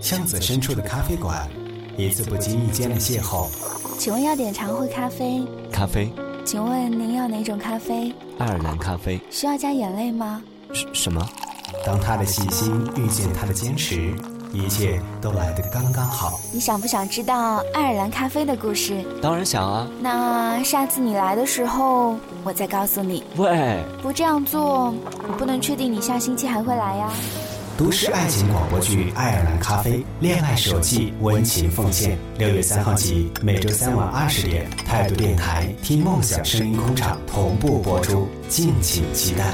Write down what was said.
巷子深处的咖啡馆，一次不经意间的邂逅。请问要点茶或咖啡？咖啡，请问您要哪种咖啡？爱尔兰咖啡。需要加眼泪吗？什什么？当他的细心遇见他的坚持，一切都来得刚刚好。你想不想知道爱尔兰咖啡的故事？当然想啊。那下次你来的时候，我再告诉你。喂，不这样做，我不能确定你下星期还会来呀。都市爱情广播剧《爱尔兰咖啡》恋爱手记温情奉献，六月三号起，每周三晚二十点，态度电台听梦想声音工厂同步播出，敬请期待。